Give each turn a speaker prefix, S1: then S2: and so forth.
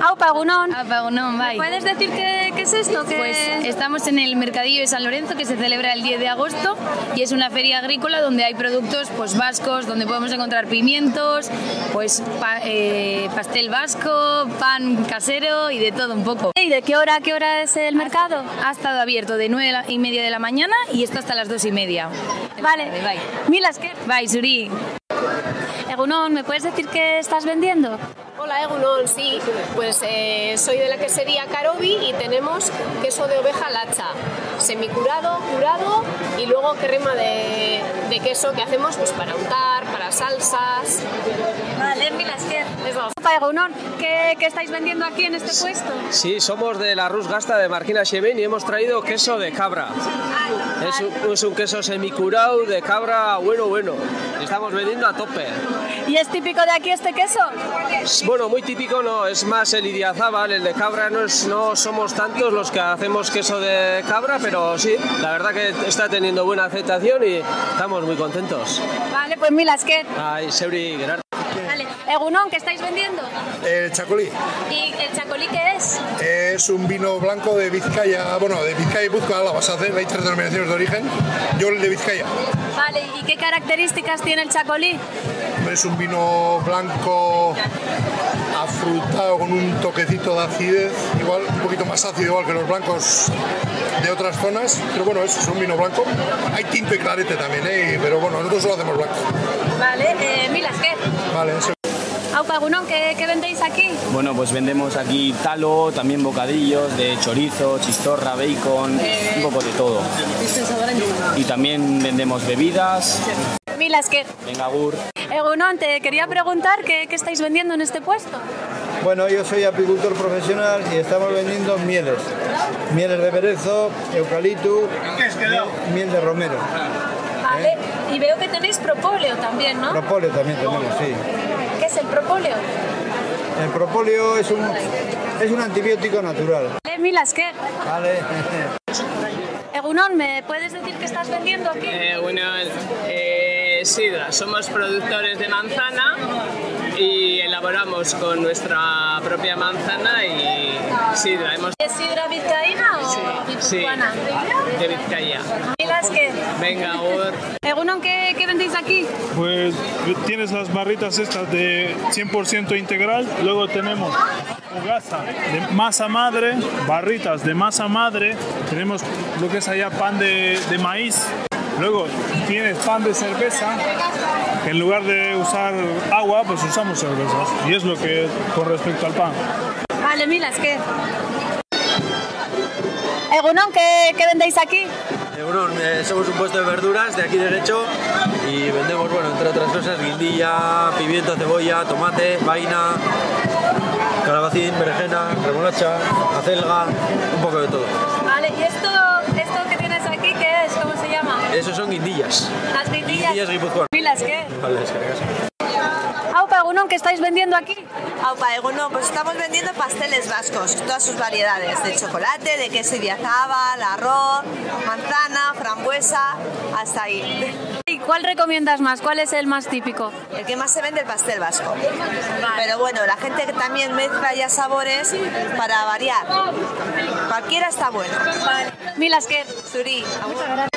S1: Aupa, Gunón.
S2: Apagunón, bye.
S1: ¿Puedes decir qué, qué es esto? ¿Qué-
S2: Pues estamos en el Mercadillo de San Lorenzo que se celebra el 10 de agosto y es una feria agrícola donde hay productos pues vascos, donde podemos encontrar pimientos, pues pa- eh, pastel vasco, pan casero y de todo un poco.
S1: ¿Y de qué hora a qué hora es el mercado?
S2: Ha estado abierto de 9 y media de la mañana y está hasta las 2 y media.
S1: Vale.
S2: Bye.
S1: Mila esker.
S2: Bye, Suri.
S1: Egunon, ¿me puedes decir qué estás vendiendo?
S3: Hola Egunon, sí, pues eh, soy de la quesería Carobi y tenemos queso de oveja lacha, semicurado, curado y luego crema de, de queso que hacemos pues para untar, para salsas.
S1: Vale, mila esker.
S3: Eso.
S1: Aupa, Egunon, ¿qué, qué estáis vendiendo aquí en este puesto?
S4: Sí, somos de la Rus Gasta de Marquina Chemin y hemos traído queso de cabra. Es un, es un queso semicurado de cabra bueno, bueno. Estamos vendiendo a tope.
S1: ¿Y es típico de aquí este queso?
S4: Es- Bueno, muy típico no, es más el Idiazábal, el de cabra no, es- no somos tantos los que hacemos queso de cabra, pero sí, la verdad que está teniendo buena aceptación y estamos muy contentos.
S1: Vale, pues mila esker.
S4: Ay, Seuri, Gerardo.
S1: Vale. Egunon, ¿qué estáis vendiendo?
S5: El chacolí
S1: ¿Y el chacolí qué es?
S5: es un vino blanco de Vizcaya, bueno, de Vizcaya y Buzca, la vas a hacer, hay tres denominaciones de origen. Yo el de Vizcaya.
S1: Vale, ¿y qué características tiene el chacolí?
S5: Es un vino blanco afrutado con un toquecito de acidez, igual un poquito más ácido igual que los blancos de otras zonas, pero bueno, eso es un vino blanco. Hay tinto y clarete también, ¿eh? pero bueno, nosotros solo hacemos blanco.
S1: Vale, eh, mila esker.
S5: Vale, eso.
S1: Aupa, Egunon, ¿qué, qué vendéis aquí?
S6: Bueno, pues vendemos aquí talo, también bocadillos de chorizo, chistorra, bacon, un poco de todo. Y también vendemos bebidas.
S1: Mila esker.
S6: Venga, Gur.
S1: Egunon, te quería preguntar qué, qué estáis vendiendo en este puesto.
S7: Bueno, yo soy apicultor profesional y estamos vendiendo mieles. Mieles de perezo, eucalipto, miel, miel de romero.
S1: Vale, y veo que tenéis propóleo también, ¿no?
S7: Propóleo también tenemos, sí.
S1: ¿Qué es el propóleo?
S7: El propóleo es un, es un antibiótico natural.
S1: Vale, Eh, mila esker.
S7: ¿Vale?
S1: Egunon, ¿me puedes decir qué estás vendiendo aquí?
S8: Eh, bueno, sidra. Somos productores de manzana y elaboramos con nuestra propia manzana y sidra. Hemos
S1: ¿Es sidra vizcaína o
S8: sí.
S1: guipuzcoana?
S8: de Vizcaya.
S1: Mila esker.
S8: Venga, Ur.
S1: Egunon, ¿qué, qué vendéis aquí?
S9: Pues tienes las barritas estas de 100% integral, luego tenemos hogaza de masa madre, barritas de masa madre, tenemos lo que es allá pan de, de maíz, luego tienes pan de cerveza, que en lugar de usar agua, pues usamos cervezas, y es lo que es con respecto al pan.
S1: Vale, mila esker. Egunon, ¿qué, qué vendéis aquí?
S4: Eh, somos un puesto de verduras de aquí derecho y vendemos, bueno, entre otras cosas, guindilla, pimiento, cebolla, tomate, vaina, calabacín, berenjena, remolacha, acelga, un poco de todo.
S1: Vale, ¿y esto, esto que tienes aquí qué es? ¿Cómo se llama?
S4: Esos son guindillas.
S1: Las
S4: Guindillas
S1: guindillas.
S4: guipuzcoanas.
S1: Mila esker.
S4: Vale, descargas.
S1: Aupa, Egunon, ¿qué estáis vendiendo aquí?
S10: Aupa, Egunon, pues estamos vendiendo pasteles vascos, todas sus variedades, de chocolate, de queso idiazábal, arroz, manzana, frambuesa, hasta ahí.
S1: ¿Y cuál recomiendas más? ¿Cuál es el más típico?
S10: El que más se vende el pastel vasco. Pero bueno, la gente que también mezcla ya sabores para variar. Cualquiera está bueno.
S1: Mila esker.
S10: Zuri, agur.
S1: Muchas gracias.